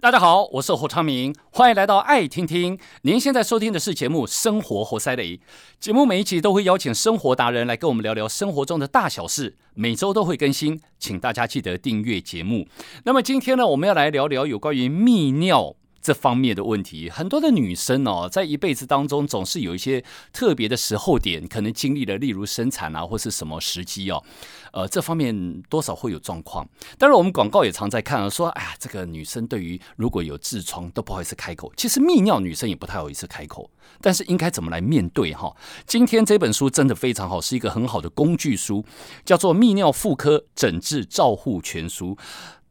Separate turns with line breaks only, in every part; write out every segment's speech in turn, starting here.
大家好，我是侯昌明，欢迎来到爱听听。您现在收听的是节目《生活活塞雷》，节目每一集都会邀请生活达人来跟我们聊聊生活中的大小事，每周都会更新，请大家记得订阅节目。那么今天呢，我们要来聊聊有关于泌尿。这方面的问题，很多的女生哦，在一辈子当中总是有一些特别的时候点，可能经历了例如生产啊，或是什么时机哦，呃，这方面多少会有状况。当然，我们广告也常在看啊，说哎呀，这个女生对于如果有痔疮都不好意思开口，其实泌尿女生也不太好意思开口，但是应该怎么来面对哈、今天这本书真的非常好，是一个很好的工具书，叫做《泌尿妇科诊治照护全书》。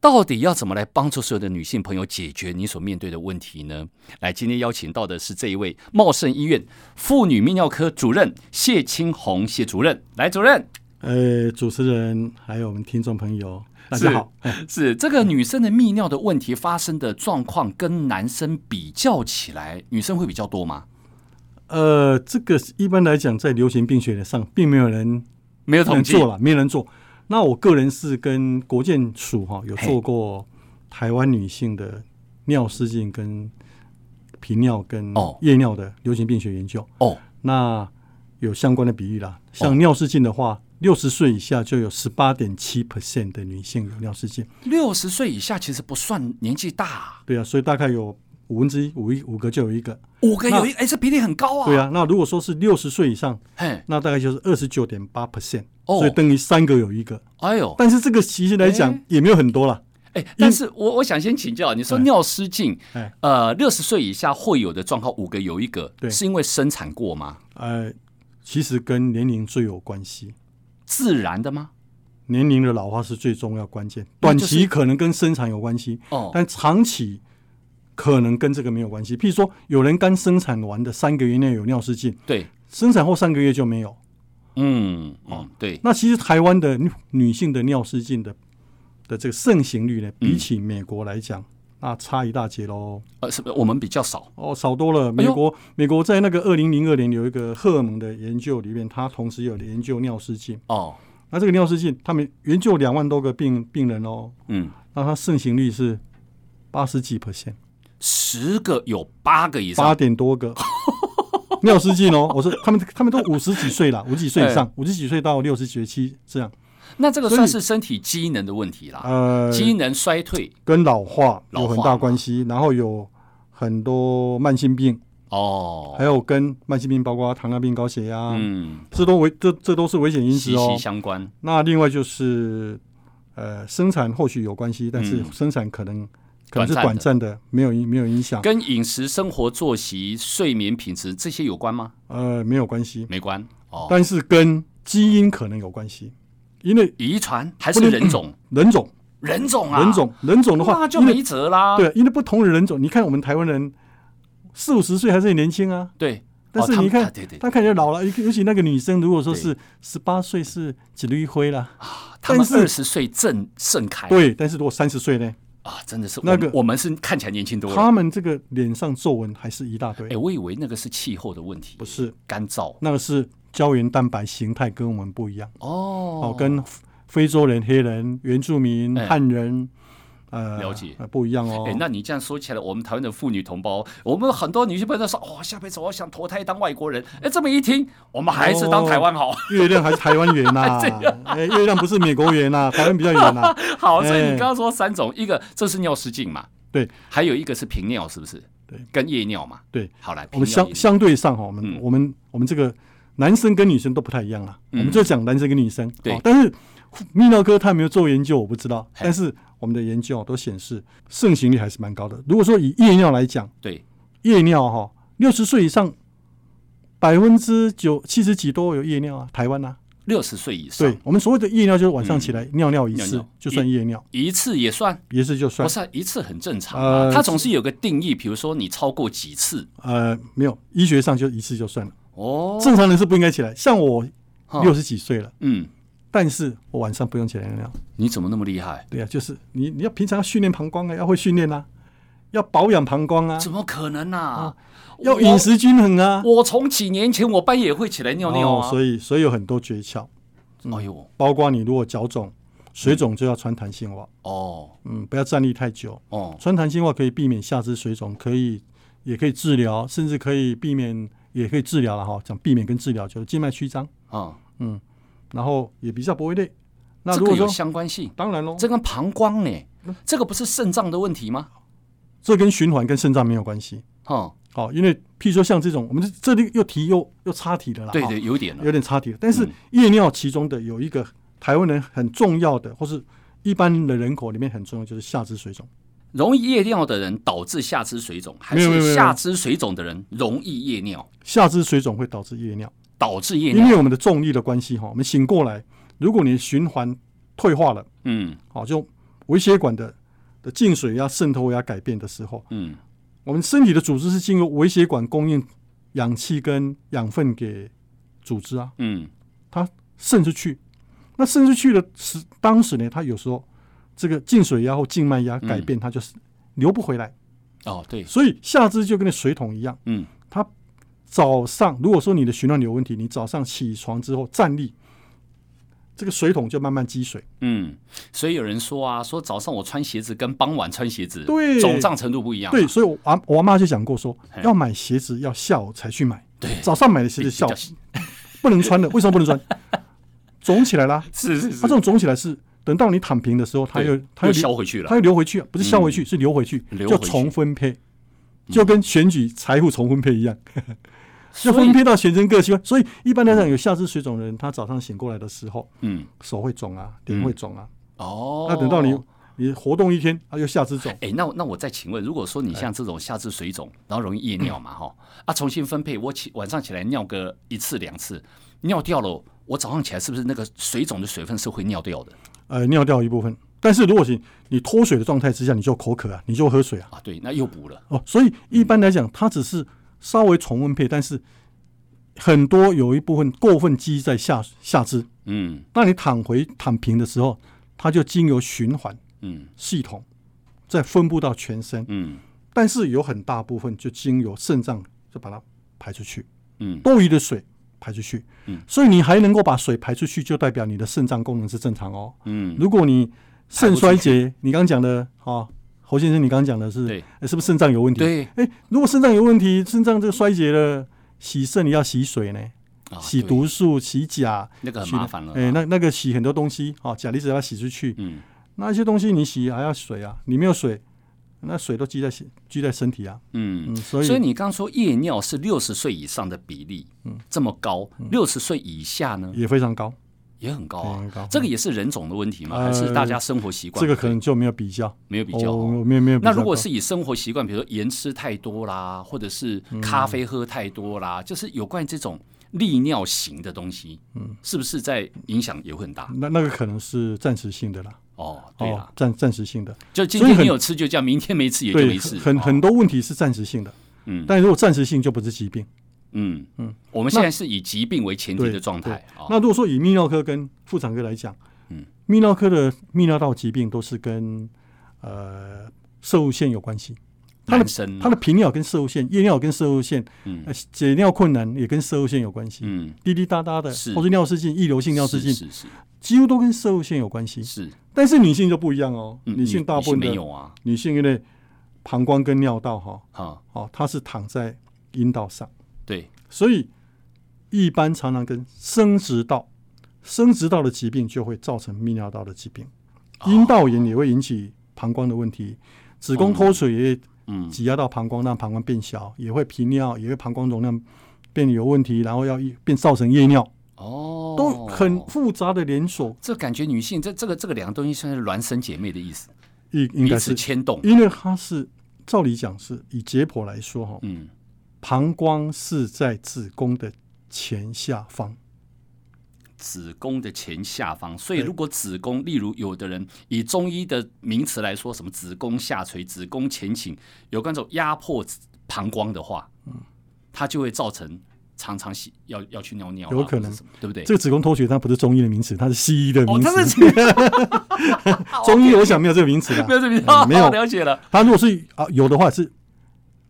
到底要怎么来帮助所有的女性朋友解决你所面对的问题呢？来，今天邀请到的是这一位茂盛医院妇女泌尿科主任谢青红谢主任。来，主任
呃，主持人还有我们听众朋友，大家好。
是这个女生的泌尿的问题发生的状况跟男生比较起来，女生会比较多吗？
呃，这个一般来讲，在流行病学上，并没有人
没有
能
统计
做了，没人做。那我个人是跟国健署哈、有做过台湾女性的尿失禁跟频尿跟
哦
夜尿的流行病学研究。
哦，
那有相关的比喻啦，像尿失禁的话，六十岁以下就有十八点七 percent 的女性有尿失禁。
六十岁以下其实不算年纪大啊、
对啊，所以大概有五分之一五一五个就有一个。
五个有一哎，这比例很高啊。
对，啊，那如果说是六十岁以上，
嘿，
那大概就是二十九点八 percent，
哦
所以等于三个有一个。
哎呦，
但是这个其实来讲
哎
也没有很多啦。
哎，但是我我想先请教，啊你说
对
尿失禁
哎，
呃，六十岁以下会有的状况，五个有一个，
对
是因为生产过吗？
呃，其实跟年龄最有关系，
自然的吗？
年龄的老化是最重要关键。
那
短
就是
期可能跟生产有关系，
哦，
但长期可能跟这个没有关系。譬如说，有人刚生产完的三个月内有尿失禁，
对，
生产后三个月就没有。
嗯，哦，对，
那其实台湾的女女性的尿失禁的的这个盛行率呢，比起美国来讲，那差一大截喽。
呃，是不是我们比较少？
哦，少多
哎
了。美国、美国在那个二零零二年有一个荷尔蒙的研究里面，它同时有研究尿失禁。
哦，
那这个尿失禁，他们研究两万多个病病人哦，
嗯，
那它盛行率是八十几 percent，
十个有八个以
八
上，
点 多个尿失禁哦。我说他们他们都五十几岁了，五十几岁
哎
以上，五十几岁到六十几岁这样。
那这个
所以
算是身体机能的问题啦，
呃，
机能衰退
跟老化
啊老化
有很大关系，然后有很多慢性病，
哦
还，有跟慢性病包括糖尿病、高血压，
嗯，
这都危这这都是危险因
息
子哦
息。相关，
那另外就是呃，生产或许有关系，但是
嗯
生产可能可能是
短
短
暂
暂的，没有影没有影响，
跟饮食、生活、作息、睡眠品质这些有关吗？
呃，没有关系，
没关哦，
但是跟基因可能有关系，因为
遗传还是
不能
人种，
人种
人种啊，
人种人种的话
那，就
因为
没辙啦。
对，因为不同的人种，你看我们台湾人四五十岁还是很年轻啊。
对，
但
哦
是
他们
你看
啊对对，
她看起来老了，尤其尤其那个女生，如果说是十八岁是几缕灰啦，
哎他们
但是
二十岁正盛开，
对，但是如果三十岁呢，
啊，真的是
那
我们
个
我们是看起来年轻多了。
她们这个脸上皱纹还是一大堆
哎，，我以为那个是气候的问题，
不是，
干燥
那个是胶原蛋白形态跟我们不一样，
哦
哦，，跟非洲人、黑人、原住民、
哎
汉人，呃，
了解
呃不一样哦
哎、。那你这样说起来，我们台湾的妇女同胞，我们很多女性朋友都说，哦，下辈子我想投胎当外国人。哎、这么一听，我们还是当台湾好。
月亮还是台湾圆 呐，哎，月亮不是美国圆呐，台湾比较圆呐。
好，所以你
哎
刚刚说三种，一个这是尿失禁嘛，
对，
还有一个是频尿，是不是？
对，
跟夜尿嘛。
对，
好来，
我们
频尿
相相对上哈，我们、
嗯
我们我们这个男生跟女生都不太一样啦。
嗯
我们就讲男生跟女生，
对
哦但是泌尿科他有没有做研究我不知道，
嘿
但是我们的研究都显示盛行率还是蛮高的。如果说以夜尿来讲，
对，
夜尿哈，六十岁以上百分之九七十几都有夜尿啊，台湾啊，
六十岁以上
对，我们所谓的夜尿就是晚上起来、尿尿一
嗯尿
次
尿
就算夜尿，
一次也算，
一次就算
不是啊一次很正常啊。
呃
它总是有个定义，比如说你超过几次
呃没有，医学上就一次就算了。
哦，
正常人是不应该起来，像我
哈
六十几岁了。
嗯，
但是我晚上不用起来尿尿。
你怎么那么厉害？
对啊，就是你你要平常要训练膀胱啊，要会训练啊，要保养膀胱啊，
怎么可能啊？
要
我
饮。食均衡 啊。
我从几年前我半
哦
夜也会起来尿尿啊，
哦所以所以有很多诀窍，
哎呦，
包括你如果脚肿，水肿就要穿弹性袜，
哦
嗯，不要站立太久。
哦，
穿弹性袜可以避免下肢水肿，可以也可以治疗，甚至可以避免，也可以治疗了哈。讲避免跟治疗就是静脉曲张，
嗯，
嗯，然后也比较不会累。那
这
如
个
果说、
有相关性，
当然喽，
这跟膀胱呢，这个不是肾脏的问题吗？
这跟循环跟肾脏没有关系。
哦，
好、因为譬如说像这种，我们这这里又提又又插题了啦，
对
哈
对，有点了
有，点差题了。但是
嗯
夜尿其中的有一个台湾人很重要的，或是一般的人口里面很重要，就是下肢水肿。
容易夜尿的人导致下肢水肿，还
没有没有没
是
有
下肢水肿的人容易夜尿，
下肢水肿会导致夜尿，
导致夜
因
尿？
为我们的重力的关系哈，我们醒过来，如果你循环退化了，
嗯
好，就微血管的的进水压、渗透压啊改变的时候，
嗯，
我们身体的组织是经由微血管供应氧气跟养分给组织啊，
嗯，
它渗出去。那渗出去的时，当时呢，它有时候这个进水压或静脉压改变，它就是流不回来。
哦对，
所以下肢就跟那水桶一样，
嗯
它早上如果说你的循环有问题，你早上起床之后站立，这个水桶就慢慢积水。
嗯，所以有人说啊，说早上我穿鞋子跟傍晚穿鞋子，
对
肿胀程度不一样嘛，
对，所以我阿我阿妈就讲过说
啊嘿，
要买鞋子要下午才去买，
对
早上买的鞋
比
子
较
下午 不能穿的，为什么不 能穿？肿起来啦，啊
是是
它这
是，
种肿起来是等到你躺平的时候，它
对
又它
又
又
消
流
回去了
它，又流回去，啊不是消回去，是流回去，
流
就
回去嗯
重分配，就跟选举财富重分配一样。要
所
分
以
配到全身各器官。所以一般来讲，有下肢水肿的人，他早上醒过来的时候，
嗯
手会肿啊，脸会肿啊。
哦，
那等到你你活动一天，他又下肢肿。
哎、那我那我再请问，如果说
哎
你像这种下肢水肿，然后容易夜尿嘛，哈、啊，重新分配，我起晚上起来尿个一次两次，尿掉了，我早上起来是不是那个水肿的水分是会尿掉的
呃，尿掉一部分。但是如果是你脱水的状态之下，你就口渴啊，你就喝水啊。
啊？对，那又补了，
哦，所以一般来讲，它只是稍微重温配，但是很多有一部分过分积在下下肢。
嗯
那你躺回躺平的时候，它就经由循环
嗯
系统再分布到全身，
嗯
但是有很大部分就经由肾脏就把它排出去。
嗯，
多余的水排出去，
嗯
所以你还能够把水排出去，就代表你的肾脏功能是正常哦。
嗯，
如果你肾衰竭，你刚刚讲的啊，侯先生，你刚刚讲的是，
对
诶是不是肾脏有问题？，
对
哎，如果肾脏有问题，肾脏这个衰竭了，洗肾你要洗水呢，
啊，
洗
对啊
毒素、洗钾，
那个很
洗
麻烦了，
哎，那那个洗很多东西啊，钾离子要洗出去，
嗯
那一些东西你洗还要水啊，你没有水，那水都积在积在身体啊，
嗯
嗯，。所以
所以你刚说夜尿是六十岁以上的比例，嗯，这么高，六十岁以下呢
也非常高，
也很高
非
啊
常。高
这个也是人种的问题吗？
呃
还是大家生活习惯？
这个可能就没有比较。
没有比较哦。
哦、没有没有比较
那
高。
如果是以生活习惯，比如说盐吃太多啦，或者是
嗯
咖啡喝太多啦，就是有关于这种利尿型的东西，嗯，是不是在影响也会很大？
那那个可能是暂时性的啦，
哦，对啦
哦，，暂暂时性的，
就今
所以
天
很
你有吃就这样，明天没吃也就
对，
没事，
很
哦
很多问题是暂时性的，
嗯
但如果暂时性就不是疾病。
嗯嗯
嗯。
我们现在是以疾病为前提的状态啊，哦
那如果说以泌尿科跟妇产科来讲，
嗯，
泌尿科的泌尿道疾病都是跟呃射物腺有关系，它的
男生
它的频尿跟射物腺，夜尿跟射物腺，
嗯
呃，解尿困难也跟射物腺有关系。
嗯，
滴滴答答的，
是
或是尿失禁、溢流性尿失
是
禁，
是是
几乎都跟射物腺有关系。
是，
但是女性就不一样哦，
嗯
女性大部分的
没有啊，
女性因为膀胱跟尿道哈，
哈，
哦，它是躺在阴道上，
对，
所以一般常常跟生殖道、生殖道的疾病就会造成泌尿道的疾病，
哦
阴道炎也会引起膀胱的问题，子宫脱水也
嗯
挤压到膀胱，让膀胱变小，也会频尿，也会膀胱容量变有问题，然后要一变造成夜尿，
哦，
都很复杂的连锁，
这感觉女性这这个这个两个东西算是孪生姐妹的意思，
应应
彼
该
此
是，
牵动。
因为它是照理讲是以解剖来说哈，
嗯，
膀胱是在子宫的前下方，
子宫的前下方，所以
对
如果子宫，例如有的人以中医的名词来说，什么子宫下垂、子宫前倾，有关这种压迫子膀胱的话，嗯，它就会造成常常洗要要去尿尿啊，
有可能
或者什么，对不对？
这个子宫脱血它不是中医的名词，它是西医的
哦，
名词。
它是
中医我想没有这个名 词
没
啦。
有这名字，
没有
哦了解了
它如果是啊有的话是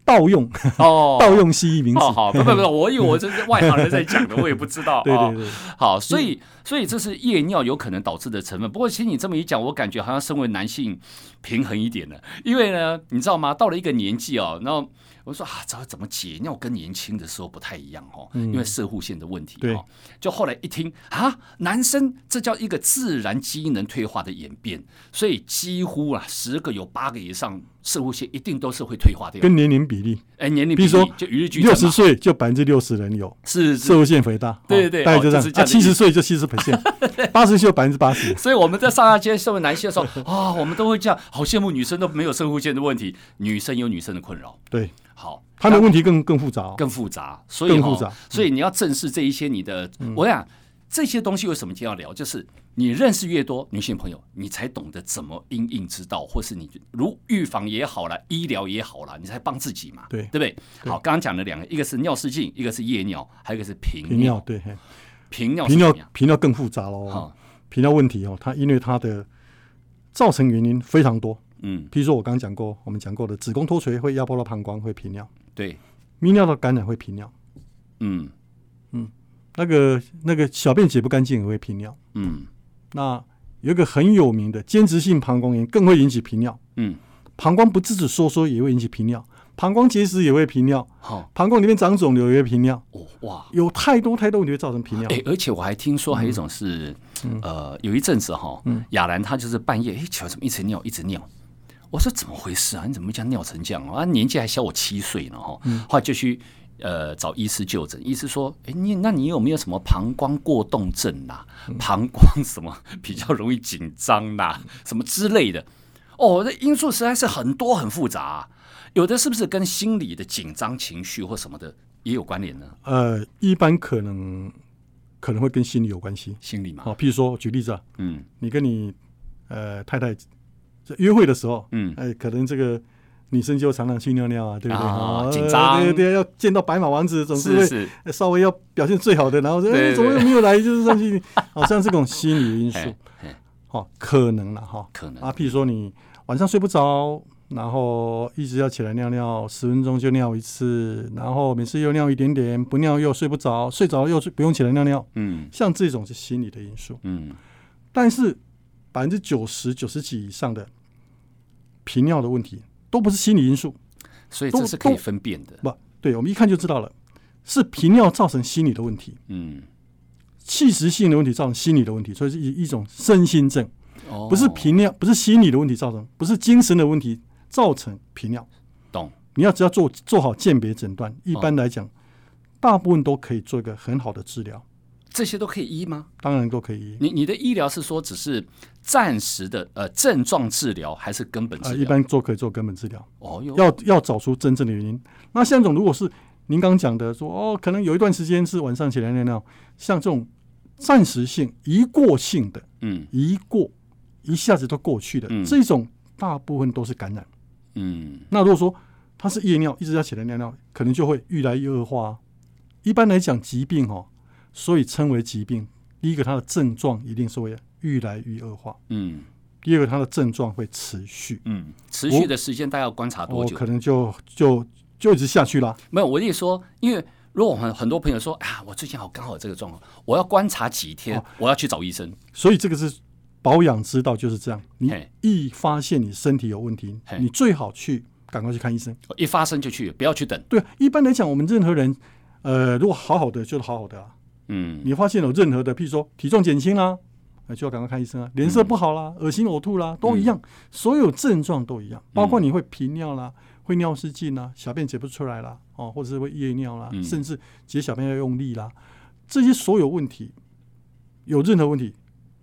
盗用
哦，
盗用西医名词
哦，。好，不不不，我以为我这是外行人在讲的，我也不知道。
对
哦
对对，
好，所以所以这是夜尿有可能导致的成分。不过，其实你这么一讲，我感觉好像身为男性平衡一点了，因为呢，你知道吗？到了一个年纪哦，然后我说啊，知道怎么解尿跟年轻的时候不太一样哦，因为射护腺的问题
嗯对
哦。就后来一听啊，男生这叫一个自然机能退化的演变，所以几乎啊，十个有八个以上射护腺一定都是会退化掉。
跟年龄比例，
哎，年龄
比如
例
说
就与日俱
六
增
十
嘛，
岁就百分之六十人有
是是
射物腺肥大，
对
哦
对
大概
哦
就
就
这
是
样。
这
啊，
样的
七
意思
十岁就七 十 percent，八十岁就百分之八十。
所以我们在上大街身为男性的时候啊，我们都会这样，好羡慕女生都没有生护腺的问题，女生有女生的困扰。
对，
好，
他们的问题更更复杂哦。
更复杂，所以
更复
哦
杂嗯
所以你要正视这一些你的，我想这些东西为什么今天要聊，就是你认识越多女性朋友，你才懂得怎么因应之道，或是你如预防也好啦，医疗也好啦，你才帮自己嘛，
对
对不对？好，刚刚讲的两个，一个是尿失禁，一个是夜尿，还有一个是频
频尿，对，嘿
频尿是
频
怎
尿
么样？
频尿更复杂喽
好。，
频尿问题哦，它因为它的造成原因非常多，
嗯，
譬如说我刚刚讲过，我们讲过的子宫脱垂会压迫到膀胱，会频尿；
对，
泌尿道感染会频尿，
嗯
那个那个小便解不干净也会频尿。
嗯
那有一个很有名的间质性膀胱炎，更会引起频尿。
嗯，
膀胱不自主收缩也会引起频尿，膀胱结石也会频尿，
好，
膀胱里面长肿瘤也会频尿，
哦哇，
有太多太多问题会造成频尿
哎、。而且我还听说还有一种是，呃，有一阵子哈，亚兰她就是半夜，哎、奇怪，怎么一直尿一直尿？我说怎么回事啊？你怎么这样尿成这样啊？啊年纪还小我七岁呢哈，后来就去呃找医师就诊，医师说，哎、你那你有没有什么膀胱过动症啦、膀胱什么 比较容易紧张啦，什么之类的？哦，这因素实在是很多很复杂啊、有的是不是跟心理的紧张情绪或什么的也有关联呢？
呃，一般可能可能会跟心理有关系。
心理嘛，
好，譬如说举例子啊，
嗯
你跟你呃太太在约会的时候，
嗯。
哎，可能这个女生就常常去尿尿啊，对不对？
啊
哦
紧张
对对，要见到白马王子，总是
是
会
是，
呃稍微要表现最好的，然后说
对
哎，
对
怎么又没有来？就是上 去，好像这种心理因素
哎，哎
哦，可能了哈，
可能
啊，譬如说你晚上睡不着，然后一直要起来尿尿，十分钟就尿一次，然后每次又尿一点点，不尿又睡不着，睡着又睡不用起来尿尿，
嗯
像这种是心理的因素。
嗯
但是百分之九十九十几以上的频尿的问题都不是心理因素，，
所以
都
这是可以
都
分辨的。
不对，我们一看就知道了，是频尿造成心理的问题，
嗯，
器质性的问题造成心理的问题，所以是一一种身心症，
哦
不是频尿，不是心理的问题造成，不是精神的问题造成频尿。
懂，哦
你要只要做做好鉴别诊断，一般来讲，大部分都可以做一个很好的治疗，
这些都可以医吗？
当然都可以。
你你的医疗是说只是暂时的呃症状治疗，还是根本治
呃，
疗？
一般做可以做根本治疗。
哦哟，
要要找出真正的原因。那像这种，如果是您刚刚讲的说哦，可能有一段时间是晚上起来尿尿，像这种暂时性、一过性的、
嗯
一过一下子都过去的、
嗯
这种，大部分都是感染。
嗯
那如果说它是夜尿，一直要起来尿尿，可能就会越来越恶化啊、一般来讲，疾病哦，所以称为疾病，第一个它的症状一定是会越来越恶化，
嗯
第二个它的症状会持续，
嗯，持续的时间大概要观察多
哦，
久？
可能就就就一直下去啦。
没有，我的意思说，因为如果我们很多朋友说啊，我最近好刚好有这个状况，我要观察几天
哦，
我要去找医生。
所以这个是保养之道，就是这样。你
嘿
一发现你身体有问题
嘿，
你最好去赶快去看医生。
一发生就去，不要去等。
对，啊一般来讲，我们任何人，呃，如果好好的就是好好的啊。
嗯
你发现有任何的，譬如说体重减轻啦、呃就要赶快看医生啊。脸色不好啦，
嗯
恶心呕吐啦，都一样，所有症状都一样，包
嗯
括你会频尿啦，会尿失禁啦，小便解不出来啦，哦，或者是会夜尿啦，
嗯
甚至解小便要用力啦，这些所有问题，有任何问题，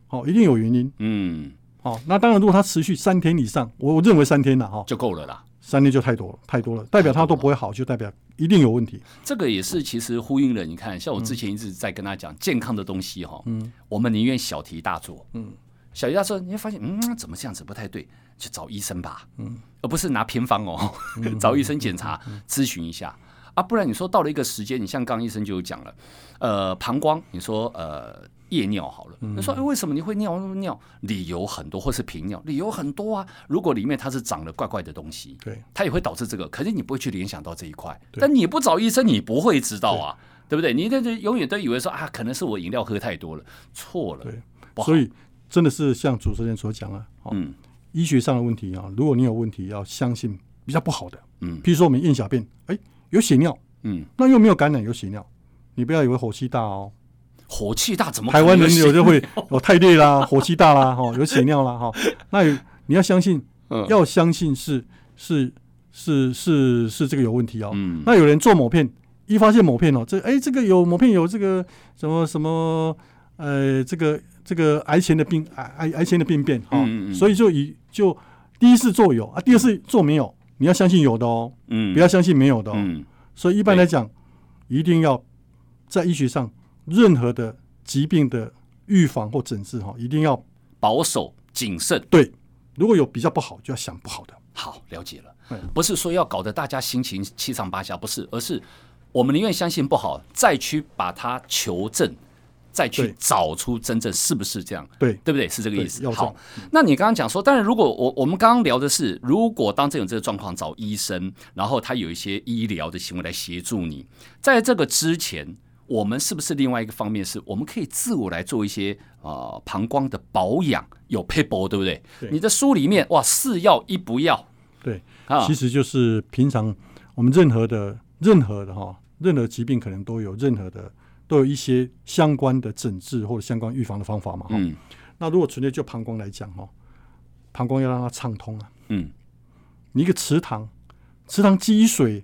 哦，一定有原因。
嗯，
哦，那当然，如果它持续三天以上，我我认为三天了哈、哦，
就够了啦。
三天就太多了，太多了，代表它都不会好，就代表一定有问题。
这个也是其实呼应了，你看，像我之前一直在跟他讲、健康的东西哈、
嗯
我们宁愿小题大做，
嗯，
小题大做，你会发现，嗯，怎么这样子不太对，去找医生吧，
嗯，
而不是拿偏方哦， 找医生检查、咨询一下啊，不然你说到了一个时间，你像刚刚医生就有讲了，呃，膀胱，你说呃夜尿好了，
嗯
你说哎为什么你会尿尿？理由很多，或是频尿，理由很多啊。如果里面它是长了怪怪的东西，
对，
它也会导致这个，可是你不会去联想到这一块，
对
但你不找医生，你不会知道啊。对不对？你这这永远都以为说啊，可能是我饮料喝太多了，错了。
对
不好，
所以真的是像主持人所讲啊，哦，
嗯
医学上的问题啊，如果你有问题，要相信比较不好的，
嗯
譬如说我们验小便，哎、有血尿，
嗯，
那又没有感染，有血尿，你不要以为火气大哦，
火气大怎么可
台
能
湾人
血
有就会哦太累啦，火气大啦，哦有血尿啦，哈、哦，那有你要相信，
嗯
要相信是是是是是这个有问题哦，
嗯
那有人做某片，一发现某片哦，这哎这个有某片有这个什么什么呃这个这个癌前的病癌癌癌前的病变哈、哦
嗯嗯嗯
所以就以就第一次做有啊，第二次做没有，你要相信有的哦，
嗯
不要相信没有的哦。
嗯
所以一般来讲，一定要在医学上任何的疾病的预防或诊治哈、哦，一定要
保守谨慎。
对，如果有比较不好，就要想不好的。
好，了解了
嗯，
不是说要搞得大家心情七上八下，不是，而是我们宁愿相信不好，再去把它求证，再去
对
找出真正是不是这样，
对，
对不对？是这个
对
意思。
要嗯
好，那你刚刚讲说，当然，如果我我们刚刚聊的是，如果当这种这个状况找医生，然后他有一些医疗的行为来协助你，在这个之前，我们是不是另外一个方面是，我们可以自我来做一些呃膀胱的保养，有 paper 对不对？
对
你的书里面哇，四要一不要
对，
啊
其，实就是平常我们任何的任何的哈、任何疾病可能都有任何的都有一些相关的诊治或者相关预防的方法嘛。哈
嗯
那如果纯粹就膀胱来讲哈、膀胱要让它畅通啊，
嗯
你一个池塘，池塘积水，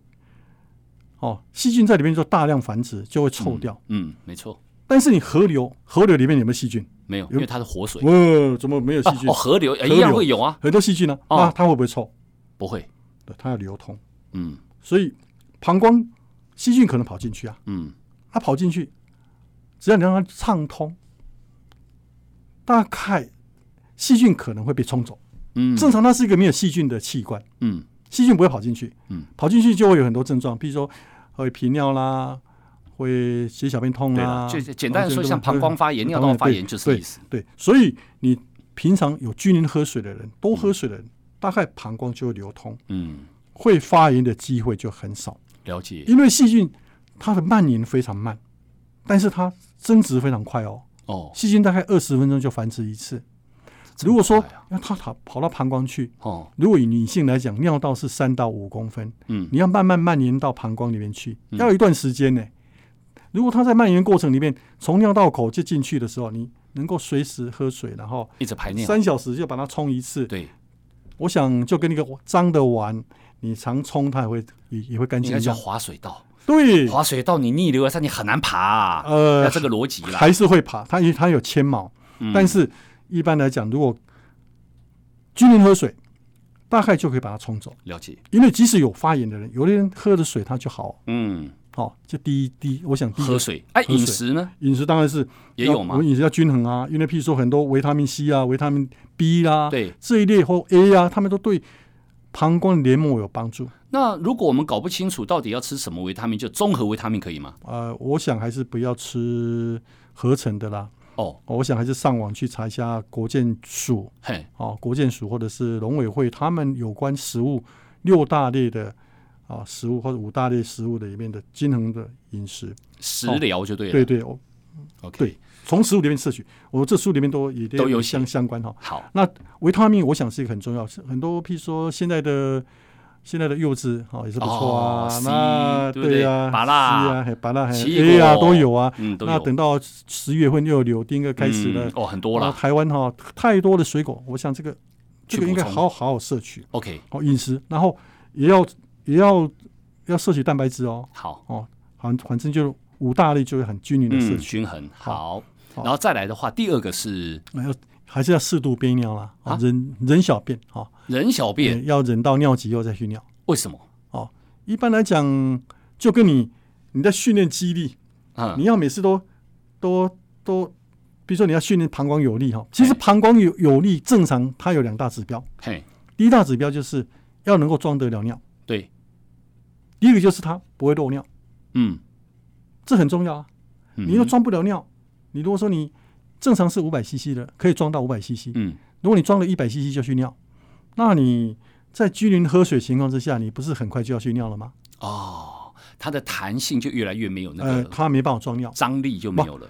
哦，细菌在里面就大量繁殖，就会臭掉。
嗯，没错，
但是你河流，河流里面有没有细菌？
没有，
有
因为它是活水，
哇、怎么没有细菌？
哦，河流哎
河流
一样会有啊，
很多细菌呢、
哦
那它会不会臭？
不会，
对，它要流通，
嗯
所以膀胱细菌可能跑进去啊。
嗯
它跑进去，只要你让它畅通，大概细菌可能会被冲走。
嗯，
正常它是一个没有细菌的器官，
嗯
细菌不会跑进去。
嗯，
跑进去就会有很多症状，比如说会频尿啦，会血小便痛
对
啦
了，。就简单的说，
然后这些
像
东
膀
西
胱发炎、尿道发炎就是这个意思。
对，所以你平常有均匀喝水的人，多喝水的人，大概膀胱就会流通，
嗯，
会发炎的机会就很少。
了解
因为细菌它的蔓延非常慢，但是它增殖非常快哦。
哦。
细菌大概二十分钟就繁殖一次。
这么
如果说
快啊
要它跑跑到膀胱去，
哦，
如果以女性来讲，尿道是三到五公分，
嗯
你要慢慢蔓延到膀胱里面去，
嗯
要有一段时间呢、如果它在蔓延过程里面，从尿道口就进去的时候，你能够随时喝水，然后
一直排尿，
三小时就把它冲一次。
对，
我想就跟那个脏的碗，你常冲它也会也也会干
应
净
该
一
叫
样。
滑水道。
对，
滑水道你逆流而上，你很难爬、啊，
呃
那，这个逻辑啦。
还是会爬，它因为它有纤毛。
嗯
但是一般来讲，如果均匀喝水，大概就可以把它冲走。
了解，
因为即使有发炎的人，有的人喝的水他就好，
嗯，
好、哦，就第一滴，我想第一
喝
个
水，哎，
嗯喝水
饮食呢
饮食当然是
也
要
有嘛
我，们饮食要均衡啊，因为譬如说很多维他命 C 啊、维他命 B 啦、
对。
这一类或 A 啊，他们都对膀胱黏膜有帮助。
那如果我们搞不清楚到底要吃什么维他命，就综合维他命可以吗？
呃，我想还是不要吃合成的啦，
哦，
我想还是上网去查一下国健署
嘿，
哦，国健署或者是农委会他们有关食物六大类的啊食物或者五大类食物的里面的均衡的饮食，
食疗就对了。
哦
啊
对对，我
OK，
对从食物里面摄取，我这书里面都也
都有
相相关哈。
好，
那维他命我想是一个很重要，是很多譬如说现在的现在的柚子哈、哦、也是不错啊，
哦，C，
那
对不对
呀、啊，
芭乐
是啊，还芭乐还
奇异
A 啊
果
都有啊。
嗯，都有。
那等到十月份又有柳丁又开始了
嗯，哦，很多
那
了。
台湾哈、太多的水果，我想这个
去
这个
补
应该
充
好好好摄取
OK，
哦，饮食，然后也要也要要摄取蛋白质哦，
好，
反反正就五大类就会很均匀的摄
嗯，
取，
均衡好。
好
然后再来的话，第二个是
然后还是要适度憋尿啦，
啊
哦、忍忍小便哦，
人小便，
也要忍到尿急后再去尿。
为什么？
一般来讲，就跟你你在训练肌力，
嗯
你要每次都都都，比如说你要训练膀胱有力哈、其实
哎
膀胱有有力正常，它有两大指标，
嘿，
第一大指标就是要能够装得了尿。
对，
第一个就是它不会漏尿，
嗯，
这很重要啊。
嗯
你又装不了尿，你如果说你正常是五百 CC 的，可以装到五百 CC，
嗯，
如果你装了一百 CC 就去尿，那你在均匀喝水情况之下，你不是很快就要去尿了吗？
哦，它的弹性就越来越没有那
呃，
个
它没办法装尿。
张力就没有了。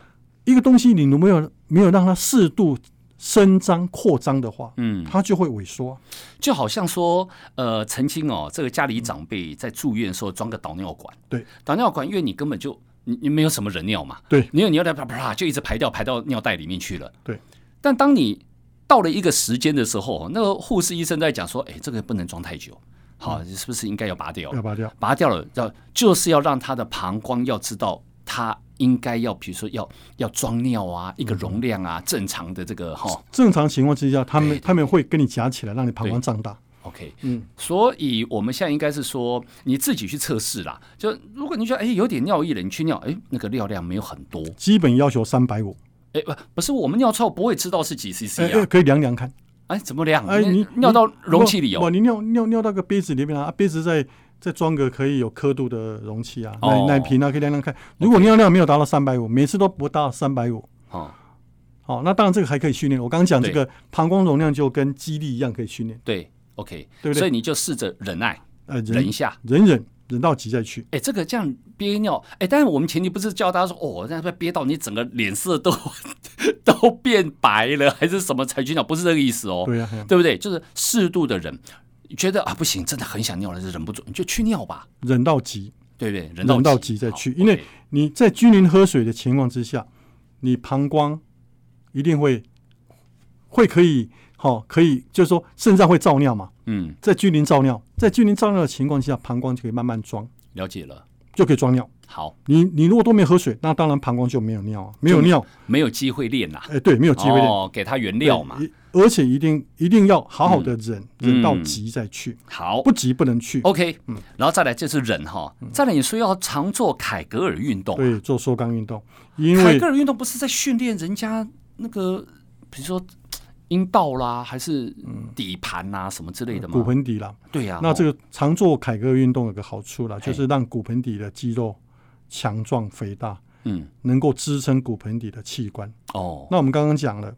一个东西你如果没有没有让它适度伸张扩张的话，
嗯，
它就会萎缩。
就好像说，呃，曾经哦，这个家里长辈在住院的时候装个导尿管，
嗯对，
导尿管，因为你根本就你你没有什么人尿嘛，
对，
你有尿尿啪啪啪就一直排掉，排到尿袋里面去了，
对。
但当你到了一个时间的时候，哦那个护士医生在讲说，哎，这个不能装太久，好，是不是应该要拔掉？
嗯要拔掉。
拔掉了，要就是要让他的膀胱要知道他应该要，比如说要要装尿啊，一个容量啊，正常的这个哈、
正常情况之下，他
对
们
对
他们会跟你夹起来，让你膀胱胀大。
o k
嗯，
所以我们现在应该是说，你自己去测试啦。就如果你觉得哎有点尿意了，你去尿，哎那个尿量没有很多，
基本要求三百五，
哎不不是我们尿臭不会知道是几 CC
哎哎
啊，
可以量量看。
哎怎么量？
哎，你
尿到容器
你
里
哇，
哦，
你尿尿尿到个杯子里面啊，啊杯子再再装个可以有刻度的容器啊，奶
哦
奶瓶啊，可以量量看。如果尿量没有达到三百五，每次都不到三百五，
哦
好，那当然这个还可以训练。我刚刚讲
对
这个膀胱容量就跟肌力一样可以训练，
对，OK，
对不对
所以你就试着忍耐，
呃，
忍
忍
一下。
忍忍忍到急再去。
哎，这个这样憋尿，哎，但是我们前提不是叫大家说，哦，那憋到你整个脸色都 都变白了，还是什么才去尿，不是这个意思哦。
对呀、啊对呀
对不对？就是适度的忍，觉得啊不行，真的很想尿了，忍不住，你就去尿吧，
忍到急，
对不对？忍到
忍到急再
好
去，
，OK
因为你在均匀喝水的情况之下，你膀胱一定会会可以好、可以就是说肾脏会造尿嘛，
嗯，
在均匀造尿，在均匀造尿的情况下，膀胱就可以慢慢装，
了解了。
就可以装尿。
好，
你你如果都没有喝水，那当然膀胱就没有尿啊，没有
就
尿，
没有机会练啦，
哎、对，没有机会练。
哦哦，给他原料嘛
对。一而且一定一定要好好的忍，忍到急再去，
好
不急不能去。
，OK，然后嗯再来就是忍哈，再来你说要常做凯格尔运动，
嗯对，做缩肛运动，因
凯
为
格尔运动不是在训练人家那个，比如说阴道啦，还是底盘啦什么之类的
嗯骨
吗？
盆底啦，
对啊呀，
那这
个
个常做凯歌运动有个好处啦，
嘿
就是让骨盆底的肌肉强壮肥大，
嗯
能够支撑骨盆底的器官。
哦
那我们刚刚讲了，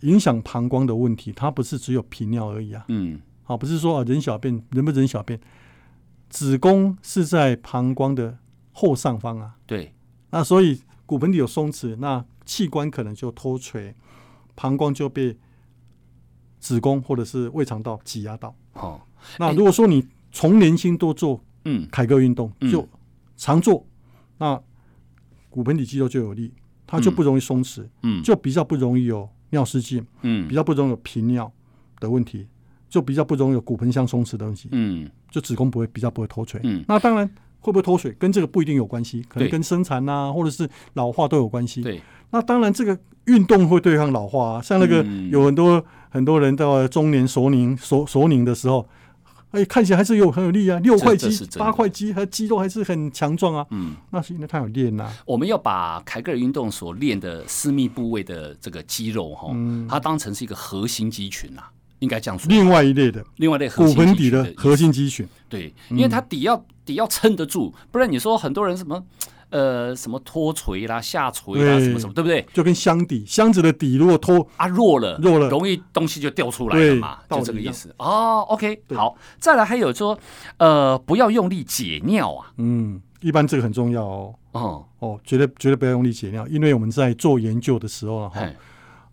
影响膀胱的问题，它不是只有频尿而已啊，
嗯
啊，不是说啊人小便人不人小便，子宫是在膀胱的后上方啊，
对
那所以骨盆底有松弛，那器官可能就脱垂，膀胱就被子宫或者是胃肠道挤压到。
哦
那如果说你从年轻多做
嗯
凯歌运动，
嗯
就常做，那骨盆底肌肉就有力，它就不容易松弛，
嗯
就比较不容易有尿失禁，
嗯
比较不容易有频尿的问题，就比较不容易有骨盆腔松弛的问题，
嗯
就子宫不会比较不会脱垂。
嗯
那当然会不会脱水跟这个不一定有关系，可能
对
跟生产啊或者是老化都有关系。
对
那当然这个运动会对抗老化啊，像那个
嗯
有很多、很多人到中年熟龄熟熟龄的时候。哎，看起来还是有很有力啊，六块
这是
肌
真、的
八块肌，还肌肉还是很强壮啊。
嗯。
那是因为他有练呐、啊
我们要把凯格尔运动所练的私密部位的这个肌肉哈、
嗯
它当成是一个核心肌群啊，应该这样说。
另外一类的
另外的核
骨
心
盆
肌
底
群
的核心嗯肌群，
对，因为它底要底要撑得住，不然你说很多人什么呃什么脱垂啦、下垂啦
对
什么什么，对不对？
就跟箱底箱子的底如果脱，
啊，弱了，
弱了
容易东西就掉出来了嘛，
对
就这个
道理一
意
样
思。哦，OK，
对
好，再来还有说，呃，不要用力解尿啊，
嗯，一般这个很重要哦。
哦，
哦，绝对绝对不要用力解尿，因为我们在做研究的时候啊，哈
哎，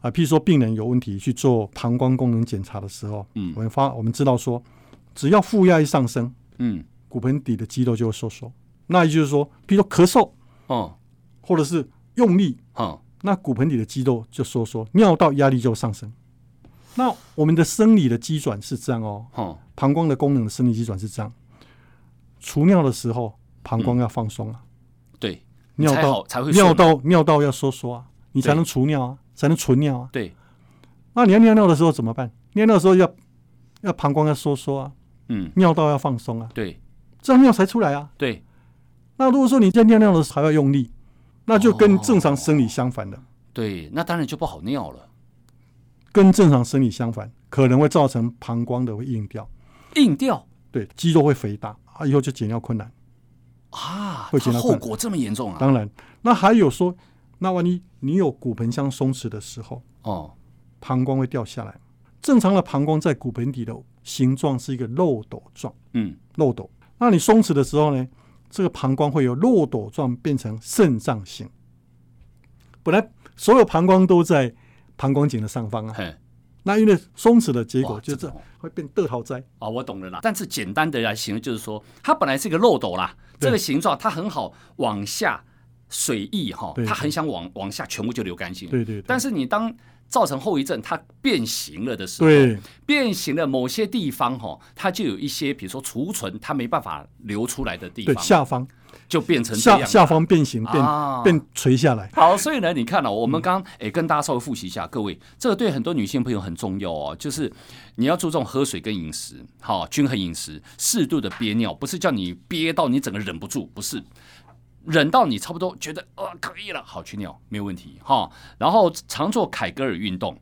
啊，譬如说病人有问题去做膀胱功能检查的时候，
嗯
我们发我们知道说，只要负压一上升，
嗯，
骨盆底的肌肉就会收缩。那也就是说，譬如说咳嗽
哦，
或者是用力，
哦，
那骨盆底的肌肉就收缩，尿道压力就上升。那我们的生理的机转是这样哦，
哦，
膀胱的功能的生理机转是这样。除尿的时候，膀胱要放松啊，
对，
尿
嗯才
道
好才会
尿
顺
道尿道要收缩啊，你才
对
能除尿啊，才能存尿啊。
对，
那你要尿尿的时候怎么办？尿尿的时候要要膀胱要收缩啊，
嗯，
尿道要放松啊，
对
这样尿才出来啊。
对，
那如果说你在尿尿的时候还要用力，那就
哦
跟正常生理相反的，
对，那当然就不好尿了。
跟正常生理相反，可能会造成膀胱的会硬掉，
硬掉
对，肌肉会肥大啊，以后就解尿困难。
啊，
会
它
觉得
后
困
果这么严重啊？
当然，那还有说，那万一你有骨盆腔松弛的时候，
哦，
膀胱会掉下来。正常的膀胱在骨盆底的形状是一个漏斗状，
嗯
漏斗。那你松弛的时候呢，这个膀胱会有漏斗状变成肾脏型。本来所有膀胱都在膀胱颈的上方啊，
嘿，
那因为松弛的结果
哇
就
这
是
种
会变得桃灾。
啊，我懂了啦。但是简单的来形容，就是说，它本来是一个漏斗啦，
对
这个形状它很好往下水溢哈
对，
它很想往往下全部就流干净。
对对对，
但是你当造成后遗症，它变形了的时候，
对
变形了某些地方哈，它就有一些比如说储存它没办法流出来的地
对
方，
下方
就变成这样
下下方变形变
啊
变垂下来。
好，所以呢，你看了、我们刚刚诶跟大家稍微复习一下，各位，这个对很多女性朋友很重要哦，就是你要注重喝水跟饮食，好、均衡饮食，适度的憋尿，不是叫你憋到你整个忍不住，不是。忍到你差不多觉得啊、可以了，好去尿没有问题哈、然后常做凯格尔运动，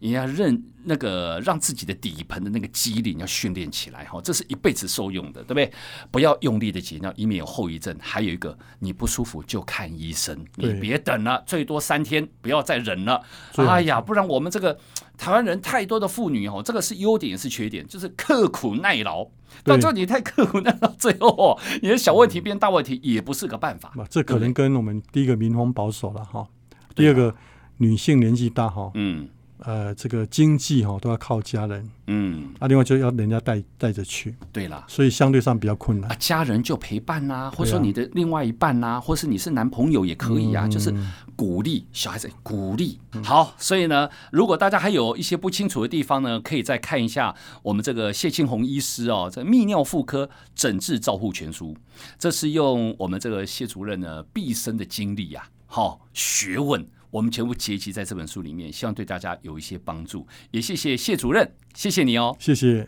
你要认那个让自己的底盆的那个肌力你要训练起来哈、这是一辈子受用的，对不对？不要用力的解尿，以免有后遗症。还有一个，你不舒服就看医生，你
对
别等了，最多三天，不要再忍了。
最好
哎呀，不然我们这个台湾人太多的妇女哦，这个是优点也是缺点，就是刻苦耐劳。
对
到最后你太刻苦耐劳，最后哦，你的小问题变大问题也不是个办法。
啊，这可
对
能跟我们第一个民风保守了哈，
对
第
啊
二个女性年纪大哈，
嗯
呃，这个经济哈都要靠家人，
嗯，
啊，另外就要人家带带着去，
对啦。
所以相对上比较困
啊
难。，
家人就陪伴啦、或者说
对啊
你的另外一半啦、或是你是男朋友也可以啊，
嗯
就是鼓励小孩子鼓励。好，所以呢，如果大家还有一些不清楚的地方呢，可以再看一下我们这个谢庆红医师哦，这《泌尿妇科诊治照护全书》，这是用我们这个谢主任呢毕生的经历呀、啊，好、学问。我们全部结集在这本书里面，希望对大家有一些帮助，也谢谢谢主任，谢谢你哦。
谢谢，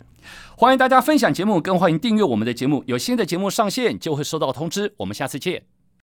欢迎大家分享节目，更欢迎订阅我们的节目。有新的节目上线就会收到通知。我们下次见。